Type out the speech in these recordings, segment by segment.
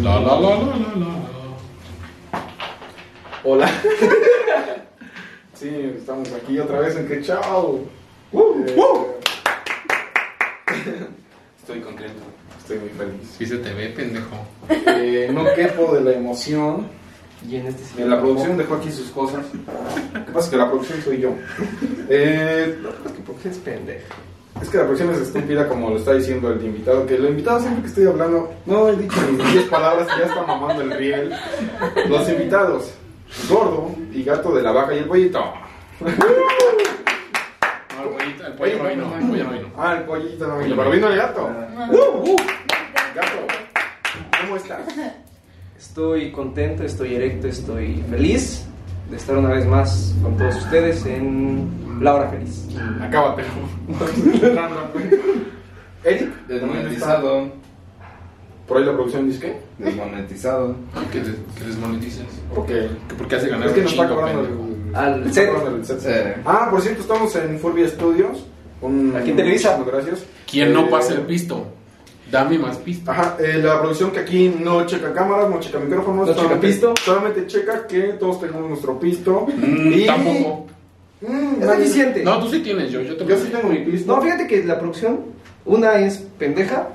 La, la, la, la, la, la. Hola. sí, estamos aquí otra vez en Que Chao. Uh, Eh, uh. Estoy contento, Eh, estoy muy feliz. Sí se te ve, pendejo. Eh, no quepo de la emoción. Y en este Eh, La producción dejó aquí sus cosas. Lo que pasa es que la producción soy yo. Eh, ¿Por qué es pendejo? es que la producción es estúpida, como lo está diciendo el invitado. Que el invitado siempre que estoy hablando, no he dicho ni 10 palabras y ya está mamando el riel. Los invitados, gordo y gato de la vaca y el pollito. No, el pollito, el pollo Oye, roino, no, el pollo roino. Ah, el pollito no Pollo vino. Pero vino el gato. Uh, uh. Gato, ¿cómo estás? Estoy contento, estoy erecto, estoy feliz de estar una vez más con todos ustedes en La Hora Feliz. Acábatelo. Eric, desmonetizado. Desmonetizado. Por ahí la producción dice que. Desmonetizado. Que, des- que desmonetices. Porque Que porque hace ganar es que un nos está chingo, cobrando pendejo. el, Al está Ah, set. cobrando el set. Sí. Ah, por cierto, estamos en Furbia Studios. Un, Aquí en Televisa. muchísimas gracias. Quien Eh, no pasa el pisto, dame más pisto. Ajá, eh, la producción que aquí no checa cámaras, no checa micrófonos, No checa solamente- pisto. solamente checa que todos tengamos nuestro pisto. Mm, y- Tampoco. Mm, Es nadie- deficiente. No, tú sí tienes, yo, yo te Yo sí tengo mi pisto. No, fíjate que la producción, una es pendeja,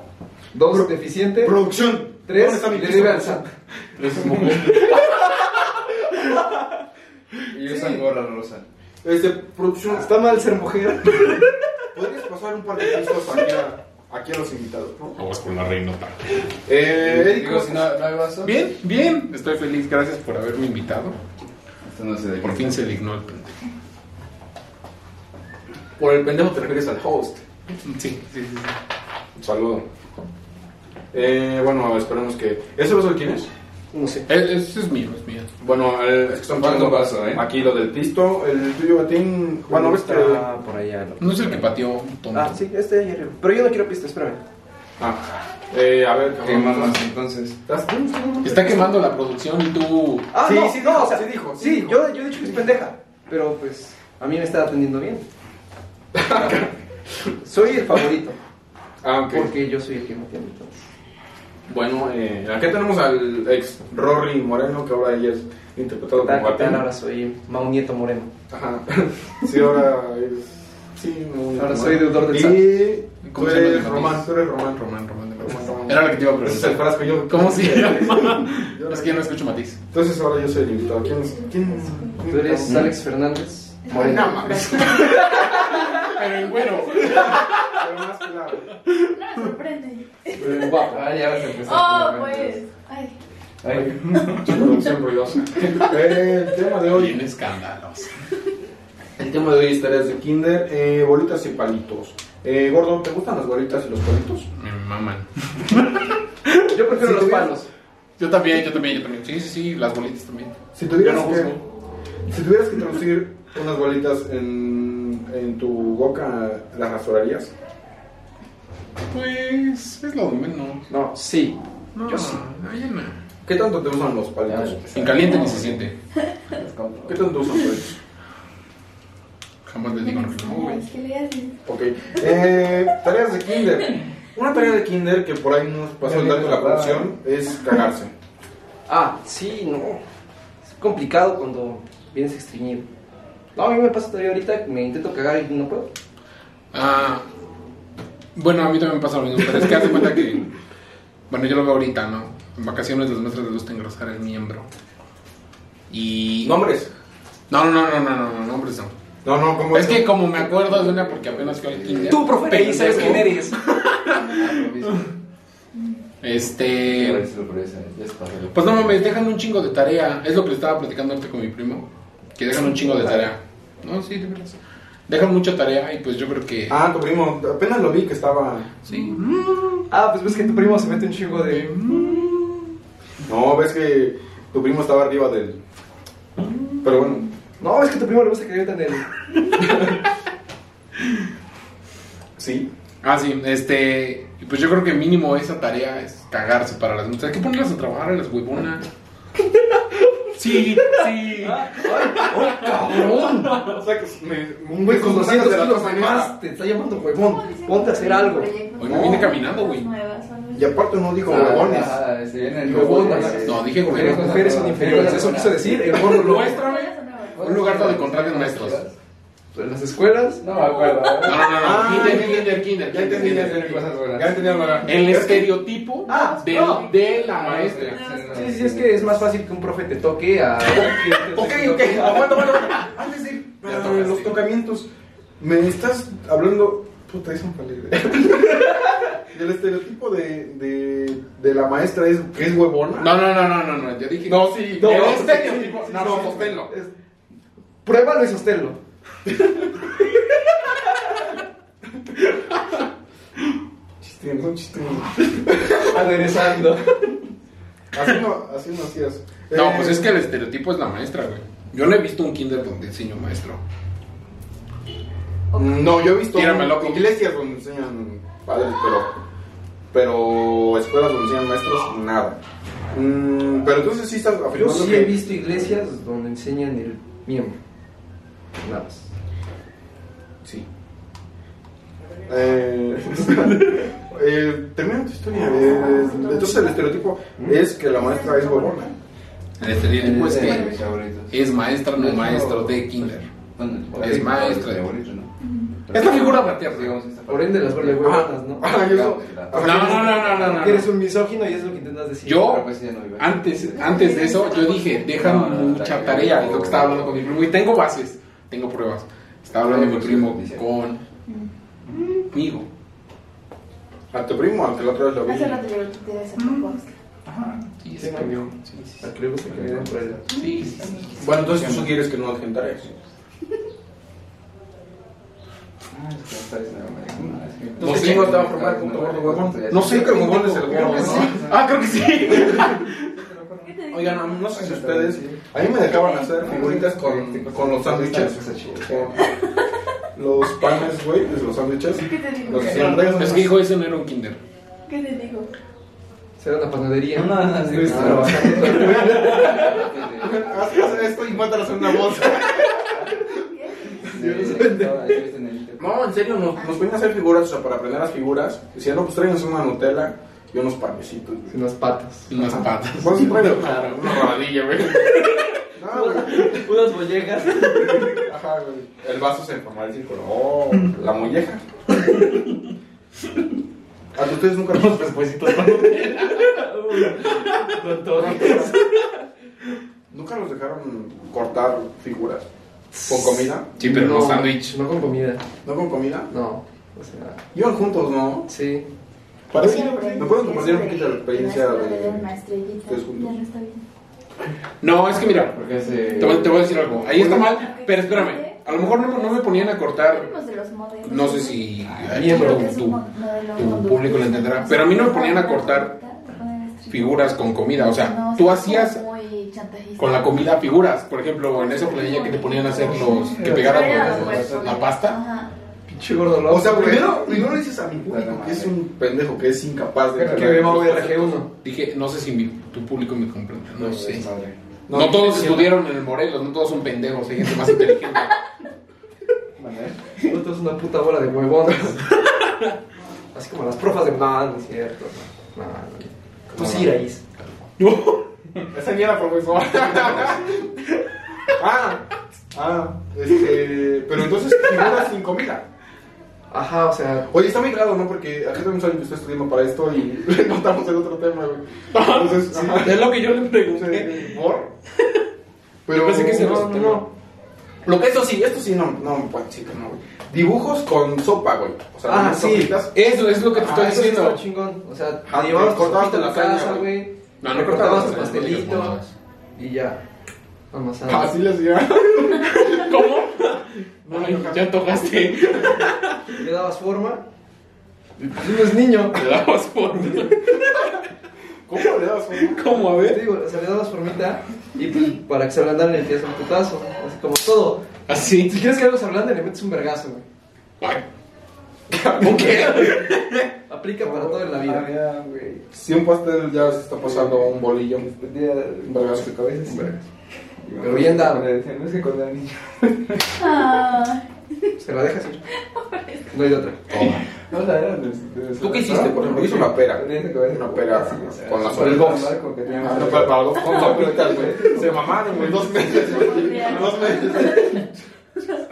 dos Pro- deficiente, Producción. ¿Dónde tres está mi le pisto? debe al SAT. Y usan gorra rosa. Este, producción. Está mal ser mujer. ¿Podrías pasar un par de pistas aquí a, aquí a los invitados? por favor? Aguas con la reinota. Eh, Eric, Digo, ¿cómo si no, no hay vaso. Bien, bien, estoy feliz, gracias por haberme invitado. Esto no se deja. Por fin se dignó el pendejo. estás? por el pendejo te refieres al host. Sí, sí, sí. Un saludo. Eh, bueno, esperemos que. ¿Ese vaso de quién es? No sé. E- Ese es mío, es mío. Bueno, el, es que son ¿Cuánto chingos. vaso, eh? Aquí lo del pisto, el tuyo batín. Bueno, ves que. está por allá. ¿no? No es el que pateó tonto. Ah, sí, este de ahí arriba. Pero yo no quiero pistas, espérame. Ah, eh, a ver, pues, ¿Qué más cabrón. vas, entonces? ¿Estás Está quemando la producción y tú. Ah, Sí, no, sí no, dijo, o sea, sí dijo, sí sí, dijo. Yo, yo he dicho que es pendeja, pero pues a mí me está atendiendo bien. soy el favorito, Ah, ok. porque yo soy el que me atiende. entonces. Bueno, eh, aquí tenemos al ex Rory Moreno, que ahora ya es interpretado Tal, como tal, Batín. ahora soy Mau Nieto Moreno. Ajá. Sí, ahora es. Sí, no, no. Ahora soy deudor del SAT. Y. Tú ¿Cómo se llama el eres de Román, Luis? tú eres Román, Román. Román, Román de la Román, Román. Era lo que te iba a Ese es el preguntar. frasco, yo. ¿Cómo se llama? Yo Es que yo no escucho matiz. Entonces ahora yo soy el invitado. ¿Quién es? ¿Quién Tú eres Alex Fernández Moreno. No, mames. Pero en bueno. Pero más claro. No me sorprende. Eh, Guapo. Ah, ya vas a empezar. Oh, con los pues. Ay. Ay, mucha producción ruidosa. Eh, el tema de Bien hoy. escandaloso. El tema de hoy es tareas de kinder, eh, bolitas y palitos. Eh, gordo, ¿te gustan las bolitas y los palitos? Me maman. Yo prefiero Sí, los tú palos. Yo también, yo también, yo también. Sí, sí, sí, las bolitas también. Si tuvieras, Yo no que, si tuvieras que traducir unas bolitas en, en tu boca, ¿las rasurarías? Pues es lo de menos. No, sí. No, Yo sí. ay, no. ¿Qué tanto te usan los palitos? En caliente ni se siente. los compro. ¿Qué tanto usan palitos? Jamás les digo lo que no, güey. ¿Qué le haces? Ok. Eh, tareas de kinder. Una tarea de kinder que por ahí nos pasó el dato de la producción es cagarse. Ah, sí, no. Es complicado cuando vienes extriñido. No, a mí me pasa todavía ahorita, me intento cagar y no puedo. Ah, bueno, a mí también me pasa lo mismo, pero es que haz de cuenta que. Bueno, yo lo veo ahorita, ¿no? En vacaciones las maestras les gusta engrosar el miembro. Y. ¿Nombres? No, no, no, no, no, no, no, nombres no. No, no, ¿cómo Es que como me acuerdo de una porque apenas fui al kinder. Tú, profe, ahí sabes quién pendejo. eres. Este. sorpresa, ya es padre. Pues no mames, dejan un chingo de tarea. Es lo que le estaba platicando ahorita con mi primo. Que dejan un chingo de tarea. No, sí, de veras. Dejan mucha tarea y pues yo creo que. Ah, tu primo. Apenas lo vi que estaba... Sí. Ah, pues ves que tu primo se mete un chingo de. mm. No, ves que tu primo estaba arriba del... Pero bueno. No, es que tu primo le gusta que le metan el. Sí. Ah, sí, este. y Pues yo creo que mínimo esa tarea es cagarse para las mujeres. Hay que ponerlas a trabajar a las huevonas. Sí, sí. O sea, que me, Un güey con de 200 la kilos otra manera. más te está llamando huevón. Ponte a hacer algo. Proyectos Hoy me vine caminando, güey. nuevas, algo así. Y aparte no dijo Ah, huevones. ah, sí, en el- Huevones. No, dije Las huevones. mujeres son inferiores, eso quiso decir el gordo nuestro. Muéstrame ah. un lugar donde contraten maestros. En las escuelas, No me acuerdo. No, ¿eh? no, no, no. Ah, Kinder, ya- kinder, kinder, ya entendí, ya entendí. kinder. Cosas buenas. Ya entendía la El estereotipo Ah, de, no. de la este, maestra. sí, sí, es que es más fácil que un profe te toque a. Ok, ok, aguanta, Ah, aguanta, aguanta. Antes de ir, Ya eh, tocaste. los tocamientos, me estás hablando. Puta, es un peligro. El estereotipo de, de, de la maestra es que es huevona. No, no, no, no, no, no. Yo dije. No, sí, No, no, el sí, estereotipo. sí, No, sí, no, sí. sostenlo. Es- Pruébalo y sosténlo. Chiste, no, chiste. Regresando. Así no, así no hacías. No, Eh, pues es que el estereotipo es la maestra, güey. Yo no he visto un kinder donde enseño maestro. No, yo he visto Tírame loco. iglesias donde enseñan padres, pero, pero escuelas donde enseñan maestros, nada. Mm, pero entonces sí estás Yo afirmando sí que- he visto iglesias donde enseñan el miembro. Nada más. Sí. Eh, eh, termina tu historia. Ah, Eh, entonces el estereotipo es que la maestra es huevona. El estereotipo es de Eh, que este, mis favoritos. es maestra, no Es maestro lo- de kinder. Bueno, Es maestra. de favorito, ¿no? Es la figura paterna. digamos. esta Por ende, las vuelve huevonas, ¿no? Ah, yo- No, no, no, no, no. no. Que eres un misógino y es lo que intentas decir. Yo, Pero pues ya no iba. antes, antes de eso, yo dije, deja No, no, no, mucha no, tarea. no. Es lo que estaba hablando con mi primo. Y tengo bases, tengo pruebas. Estaba hablando pues mi primo con. Conmigo. A tu primo, al que la otra vez lo vi. Hace rato llegó el tinte de ese Mm. poco. Ajá. Sí, Sí, se cambió. cambió. La tribu se cambió por el- Sí, sí, sí. Bueno, entonces tú quieres que no dejen tareas. Ah, es que esta vez no me dejan, es que- No sé. chingo te va a formar el punto gordo huevón? Estoy No sé que el huevón es el Creo que gordo. sí. Ah, creo que sí. ¿Qué te dijo? Oigan, no, no sé si ustedes. A mí me dejaban hacer figuritas con, con los sándwiches. con Los panes, güey, de los sándwiches. ¿Qué te dijo? Los que se entregan. Es que hijo, eso no era un kinder. ¿Qué te dijo? Será una panadería. No, no, no, sí, Estuviste no. trabajando. Haz haz esto y mátalas en una bolsa. Eh, No, en serio, nos, nos ponían a hacer figuras, o sea, para aprender las figuras. Decían, no, pues tráiganos una Nutella y unos panecitos. Sin Unas patas. Unas patas. Vamos a traer una, una rabadilla, güey. No, güey. Unas mollejas. Ajá, güey. El vaso se formó el círculo. Oh, la molleja. A ustedes nunca los Despuesitos. Con todo. Nunca los dejaron cortar figuras con comida. Sí, pero no No, sándwich. No con comida. No con comida. No. O sea, Iban juntos, ¿no? sí. Parece. Siempre. ¿Me pueden compartir un Este, poquito la experiencia maestro le dieron de una estrellita. ustedes juntos? este, Ya no está bien. No, es que mira, Porque se. te voy, te voy a decir algo. Ahí está mal, pero espérame. A lo mejor no, no me ponían a cortar. Hablemos de los modelos. No sé si Yo alguien creo que tu, es un tu- modelo tu conductista. público lo entenderá. Pero a mí no me ponían a cortar Te ponen estrellita. figuras con comida. O sea, No, tú son hacías muy chantajistas. con la comida figuras. Por ejemplo, en esa planilla que te ponían a hacer los que pegaran Pero, los- pues, la pasta. Ajá. Pinche gordo loco. O sea, primero, primero dices a mi público que es un pendejo, que es incapaz de... Que me va a RG1. Dije, no sé si mi- tu público me comprende. No sé. Madre. No, todos estudiaron en el Morelos, no todos son pendejos, hay gente más inteligente. Madre. Otro es una puta bola de huevones. Así como las profas de. No, no es cierto. No, no. Tú sí, Iraís. Esa ni era profesora. ah, ah, este... Pero entonces figuras sin comida. Ajá, o sea. Oye, está muy claro, ¿no? Porque aquí también saben que estoy estudiando para esto y no estamos en otro tema, güey. Entonces, ajá, Es lo que yo le sí, ¿por? Pero... Yo pensé que ese era no, su no, tema. no. Lo que eso sí, esto sí, no, no, pues sí que no, güey. Dibujos con sopa, güey. O sea, Ah, unas sí. sopitas. Eso es lo que te Ah, estoy eso sí estaba diciendo. chingón. O sea, Ah, te llevabas te tu cortabas sopita a tu la lasaña, casa, güey. güey. No, No, no no cortabas tu cortabas, no pastelito. cortabas. Y ya. Vamos Ah, a. sí les llega. ¿Cómo? Ay, ya tocaste. Le dabas forma. Y pues uno es niño. Te dabas por. ¿Cómo le das güey? ¿Cómo? A Te ver. digo, o sea, le dabas formita. Y pues para que se ablandaran le metías un putazo. Así como todo. Así. Si quieres que algo se ablande, le metes un vergazo, güey. Ay. ¿Cómo qué? Aplica para todo en la Ah, vida. Había, güey. Si un pastel ya se está pasando a un bolillo. Un día. Un vergazo de cabeza. Un vergazo. Pero bien dado. Le decían, no es que cuando era niño. Ah, Se la dejas ir. No hay de otra. Toma. No, o sea, eran este, ¿Tú qué hiciste, por ejemplo? Yo hice una pera. Tenías que comer Una pera sí, o sea, con las por el orejas. barco que teníamos. Ah, no, para, para los con tapitas, güey. Se mamaron, güey, dos meses, güey. Dos meses.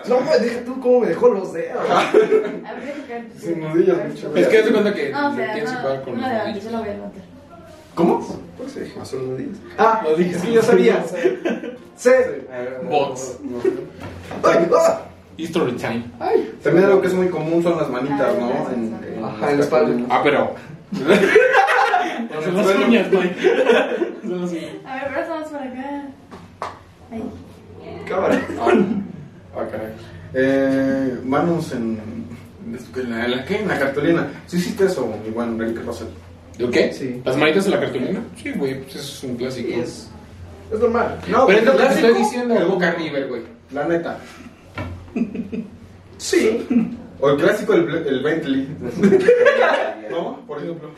No, pues deja tú cómo me dejó los dedos. Habría que caer. Sin nudillos, mucho. Es que hace cuenta que No, o sea, tienes que pagar no, con no los levantes, nudillos. yo lo voy a levantar. ¿Cómo? Pues sí, más unos nudillos. Ah, Lo dije. es que yo sabía. Sé. Ah, Bots. ¡Ay, ah! History time. También algo que es muy común son las manitas, ¿no? En, en Ajá, en la espalda. Ah, pero. Son las uñas, Mike. Son las uñas. A ver, brazos para acá. Ahí. Cámara. Ah, caray. Eh, manos en. ¿En la, en la qué? En la cartulina. Sí hiciste eso, mi buen Rick Russell. ¿Lo qué? Sí. ¿Las manitas en la cartulina? Sí, güey, pues eso es un clásico. Es, es normal. No, Pero es lo que te clásico, estoy diciendo. El Boca River, güey. La neta. Sí. O el clásico, el, Ble- el Bentley. ¿No? Por ejemplo.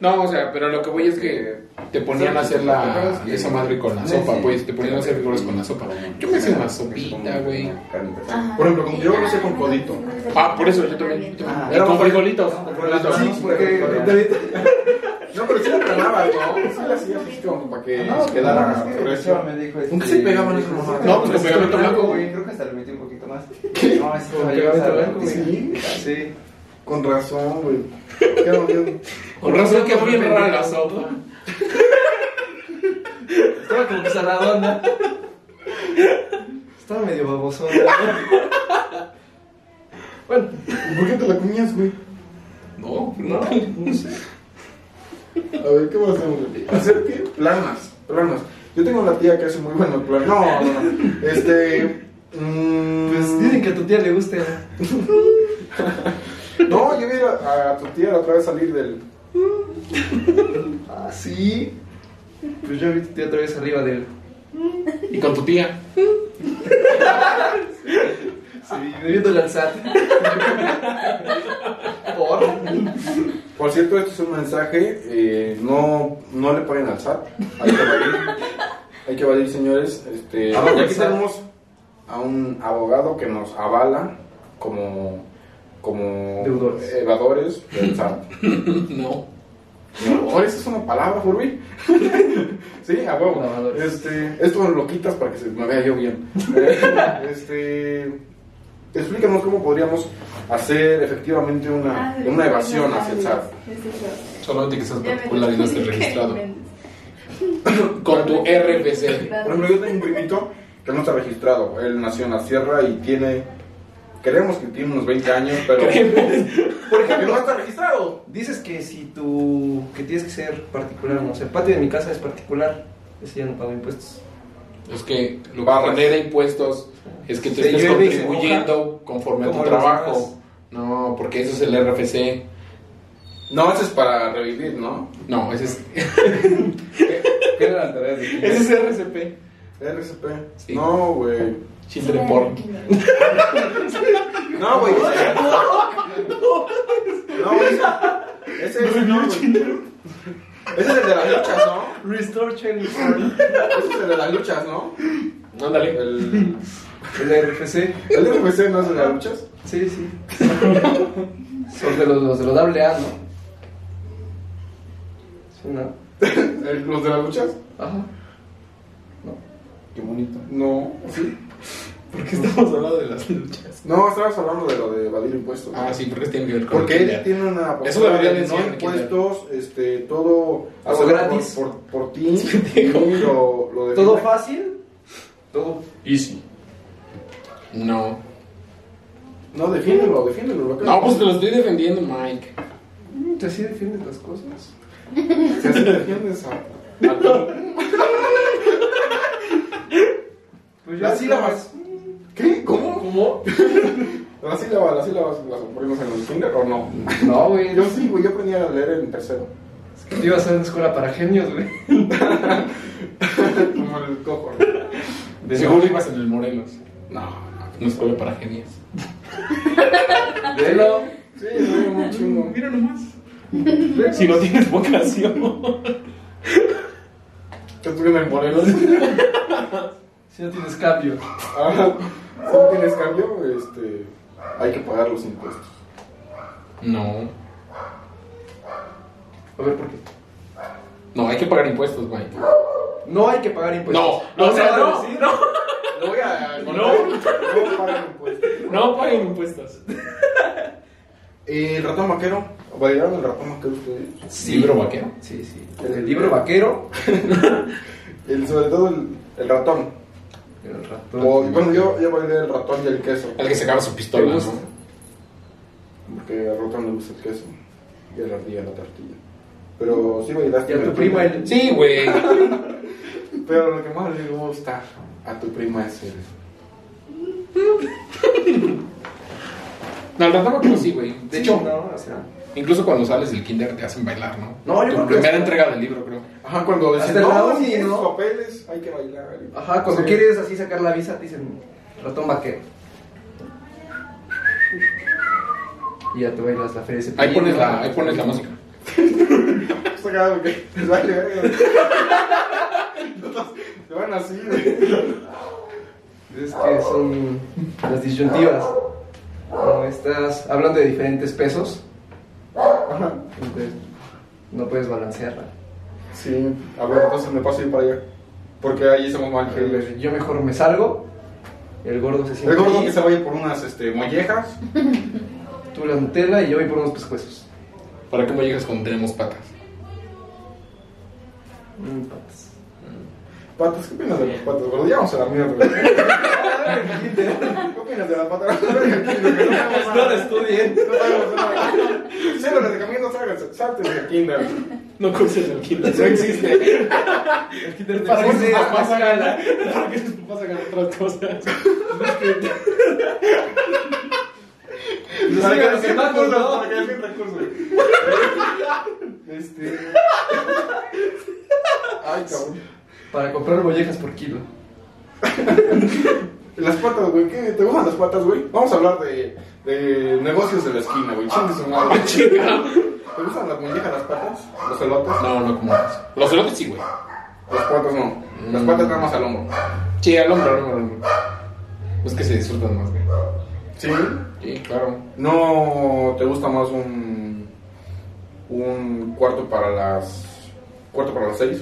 No, o sea, pero lo que voy es que te ponían a hacer la, esa madre con la sopa, pues, te ponían a hacer figuras con la sopa. Yo me hacía una sopita, güey. Ajá. Por ejemplo, como yo lo hice con Ah, codito. Ah, por eso, yo también. yo Ah, también. era y con mejor- frijolitos. Sí, porque. No, pero sí la pegabas, ¿no? Sí la hacías así como para Ah, que quedara grueso. me dijo este, ¿Con qué se pegaban esos mamadas? No, pues con pegamento blanco, güey. Creo que hasta le metí un poquito más. No, ese ¿Con estaba yo, pegamento o sea, blanco, güey? Sí. Sí. Con razón, güey. Qué bonito. Con razón que muy rara la sopa. Estaba como que saladona. Estaba medio baboso. bueno, ¿Por qué te la comías, güey? No, pues no, no. no sé. A ver, ¿qué más hacemos? ¿Hacer qué? Planas, planas. Yo tengo una tía que hace muy buenos planos. No, no, no. Este. mm, Pues dicen que a tu tía le gusta. No, yo vi a, a tu tía la otra vez salir del. Ah, sí. Pues yo vi a tu tía otra vez arriba de él. Y con tu tía. Sí, debiéndole al SAT. Por. Por cierto, esto es un mensaje. eh, no, no le paguen al SAT. Hay que evadir. Hay que evadir, señores. Este, Abajo el aquí SAT. tenemos a un abogado que nos avala como. como. Deudores. evadores del SAT. No. No, esa es una palabra, Furby. sí, a huevo. Lavadores. Este, esto lo quitas para que se me vea yo bien. Eh, este, explícanos cómo podríamos hacer efectivamente una, Ah, una sí, evasión no, hacia el no, SAT. sí, sí, sí. Solamente que seas Ya me particular y no estés que registrado. inventes. Con tu RFC. Por ejemplo, yo tengo un primito que no está registrado. Él nació en la sierra y tiene. Creemos que tiene unos 20 años, pero. Por ejemplo, no está registrado. Dices que si tú. que tienes que ser particular, no sé. El patio de mi casa es particular. Ese ya no pago impuestos. Es que lo que Barras. genera impuestos es que tú Se estés llueve y se contribuyendo conforme a tu Como los demás. trabajo. No, porque eso es el RFC. No, eso es para revivir, ¿no? No, ese es, ¿Qué eran las tareas de ti? ese es RCP. RCP. Sí. No, güey. Chiste de porno. No, güey. ese- No, güey. Ese es, no, güey. Ese es el de las luchas, ¿no? Restore Channel. Ese es el de las luchas, ¿no? Ándale. El, El RFC. el de RFC no es el de las luchas. Sí, sí. Son de los, los de los doble A, ¿no? Sí, ¿no? El- ¿Los de las luchas? Ajá. Qué bonito. No. ¿Sí? Porque estamos hablando de las luchas. No, estabas hablando de lo de evadir impuestos. Ah, sí, porque tiene que ver con Porque el él Tinder. tiene una Eso debería de decir, no quitar. impuestos, este, todo Todo hacerlo gratis. por, por, por ti, y lo, lo de Todo fácil. Todo. Easy. No. No, defiéndelo, defiéndelo. lo que- No, pues te lo estoy defendiendo, Mike. Mm, ¿Te así defiendes las cosas? Si así defiendes ah. a, a tu- Pues Las sílabas. ¿Qué? ¿Cómo? ¿Cómo? Las sílabas, las sílabas las ponemos en el kinder o no? No, güey. Yo sí, güey, yo aprendí a leer en tercero. Es que tú ibas a una escuela para genios, güey. Como el cojo. De seguro ibas en el Morelos. No. No es pueblo para genios. Velo. Sí, güey, un chingo. Mira nomás. Si no tienes vocación. Que estuve en el Morelos. Si no tienes cambio. Ah, ¿sí tienes cambio? Este. hay que pagar los impuestos. No. A ver, ¿por qué? No, hay que pagar impuestos, güey. No hay que pagar impuestos. No, Lo o voy sea, a no, decir. no. Lo voy a... No pagan impuestos. No paguen impuestos. Eh, El ratón vaquero. ¿Validaron el ratón vaquero ustedes? Sí. Libro vaquero. Sí, sí. El libro vaquero. El, sobre todo el, el ratón. El ratón. O, bueno, yo, yo validé el ratón y el queso. El que se acaba su pistola, ¿Te gusta? ¿no? Porque al ratón le gusta el queso. Y a la ardilla la tortilla. Pero sí validaste. Y a el tu ratón. prima el... Sí, güey. Pero lo que más le gusta a tu prima es el. No, el ratón vaquero sí, güey. De Sí, hecho, No, o sea... incluso cuando sales del kinder te hacen bailar, ¿no? No, yo Tu creo que- primera entrega del libro, creo. Ajá, cuando dicen. Hasta el No, lado, sí, sí, esos ¿no? papeles hay que bailar. Ajá, cuando Sí. quieres así sacar la visa, te dicen ratón vaquero. Y ya te bailas la feria. de Ahí Cepillín, pones ¿no? la, ahí pones la música. Está cagado que les vale verga. Se van así, güey. Es que son las disyuntivas. Como estás hablando de diferentes pesos, Ajá. entonces no puedes balancearla. Sí, a ver, entonces me paso ir para allá. Porque ahí somos mal que Yo mejor me salgo, el gordo se sienta El gordo ahí, que se vaya por unas este, mollejas. tú la Nutella y yo voy por unos pescuezos. ¿Para qué me llegas cuando tenemos patas? Mm, patas. Patas, ¿qué opinas de las patas? Gordo, ya vamos a la mierda. ¿Qué opinas de las patas? No No estudien. No sabemos nada. Sí, lo que recomiendo, tráiganse, sáltense de kinder. No cruces el kinder. No existe. El kinder Para que sus te papás más hagan, gana. para que sus papás hagan otras cosas. Para que los sin hermanos, recursos, ¿no? Para que sin recursos. Este. Ay, cabrón. Para comprar mollejas por kilo. Las patas, güey. ¿Qué? ¿Te gustan las patas, güey? Vamos a hablar de, de negocios de la esquina, güey. Chingue su madre. ¿Te gustan las muñecas, las patas? ¿Los elotes? No, no como eso. Los elotes sí, güey. Las patas no. Las patas nada más al hombro. Sí, al hombro, al hombro, al hombro. Es que se disfrutan más, güey. ¿Sí? Sí, claro. ¿No te gusta más un. un cuarto para las. cuarto para las seis?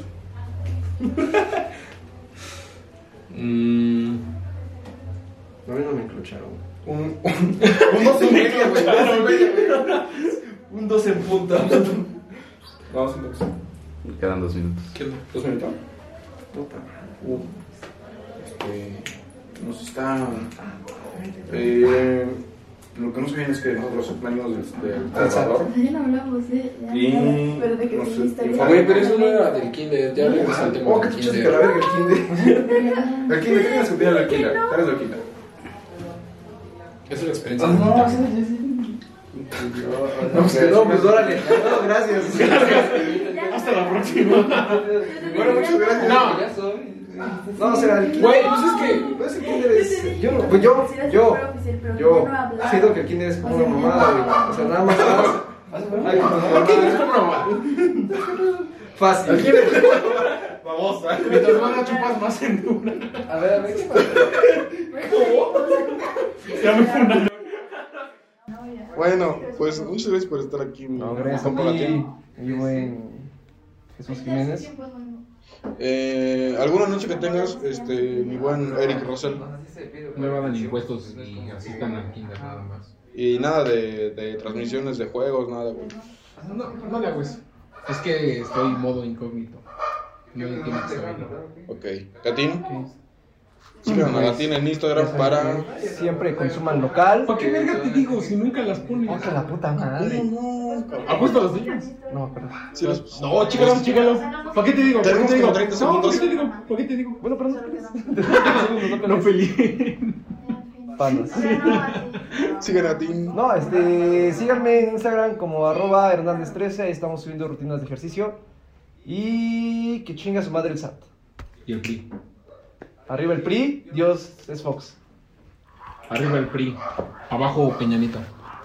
Mm, A mí no me enclucharon. Un. un, un dos y medio, güey. Dos y medio, güey. Un dos en punta. No, sí, dos. Quedan dos minutos. ¿Qué onda? ¿Dos minutos? Puta madre. Uh, este, nos está. Ah, Eh, lo que no sabían es que nosotros venimos del del Salvador. Ya no hablamos, ¿eh? Ya, Y- nada, Pero de que no sé, tiene historia. Ah, Güey, pero eso no era del kinder. Ya hablamos al tema Oh, qué del chuchas que la kinder. verga el kinder. El kinder, ¿qué tienes que opinar del kinder? ¿Cuál es del kinder? Es una experiencia bonita. No, pues, no, pues órale. No, gracias. Hasta la próxima. Bueno, muchas gracias. No, Ya soy. No, será el kinder. güey, pues es que. Pues el kinder es. Yo no. Pues yo. Yo. Yo. Siento que el kinder es como una mamada, güey. O sea, nada más. Ay, como una mamada. ¿Cómo no, va? El Fácil. kinder. Babosa. Mientras más la chupas, más en dura. A ver, a ver. pues, Ya me funaron. Bueno, pues muchas gracias por estar aquí. mi compa latino. Yo en Jesús Jiménez. Eh, ¿Alguna noche que tengas, este, mi buen Eric Russell? No van impuestos ni asistan al kinder nada más. Y nada de, de transmisiones de juegos, nada, güey. No, no le hago eso. Es que estoy en modo incógnito. No entiendo que saberlo. Ok. ¿Gatín? Sigan a Pues, Gatín en Instagram para... Siempre consuman local. ¿Para qué verga te digo si nunca las pones? Otra la puta Ah, madre. Apuesto a los niños. No me acuerdo. Sí, los- No, chícalo, chícalo. ¿Para qué te digo? ¿Para qué Tenemos te digo? como 30 No, ¿para qué te segundos. digo? ¿Para qué te digo? Bueno, pero no No feliz. Panos. Sigan a Gatín. No, este, síganme en Instagram como arroba Hernández13, ahí estamos subiendo rutinas de ejercicio. Y que chinga su madre el SAT. Y el PRI. Arriba el PRI, Dios es Fox. Arriba el PRI. Abajo Peñanito.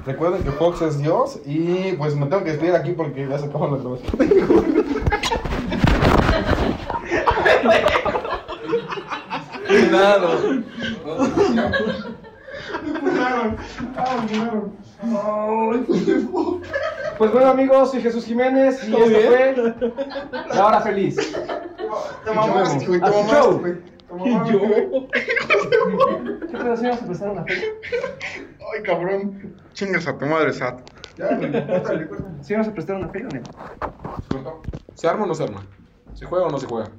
Recuerden que Fox es Dios y pues me tengo que despedir aquí porque ya se acabó la grabación. Cuidado. Me funaron. Pues bueno, amigos, soy Jesús Jiménez y esto fue La Hora Feliz. Te mamaste, güey, te Así, mamaste, chau. güey. Te mamaste, güey. ¿Qué pedo si íbamos a prestar una fecha? Ay, cabrón. Chingas a tu madre, Sat. Ya, güey, córtale, córtale. ¿Sí íbamos a prestar una fecha, o no? ¿Se arma o no se arma? ¿Se juega o no se juega?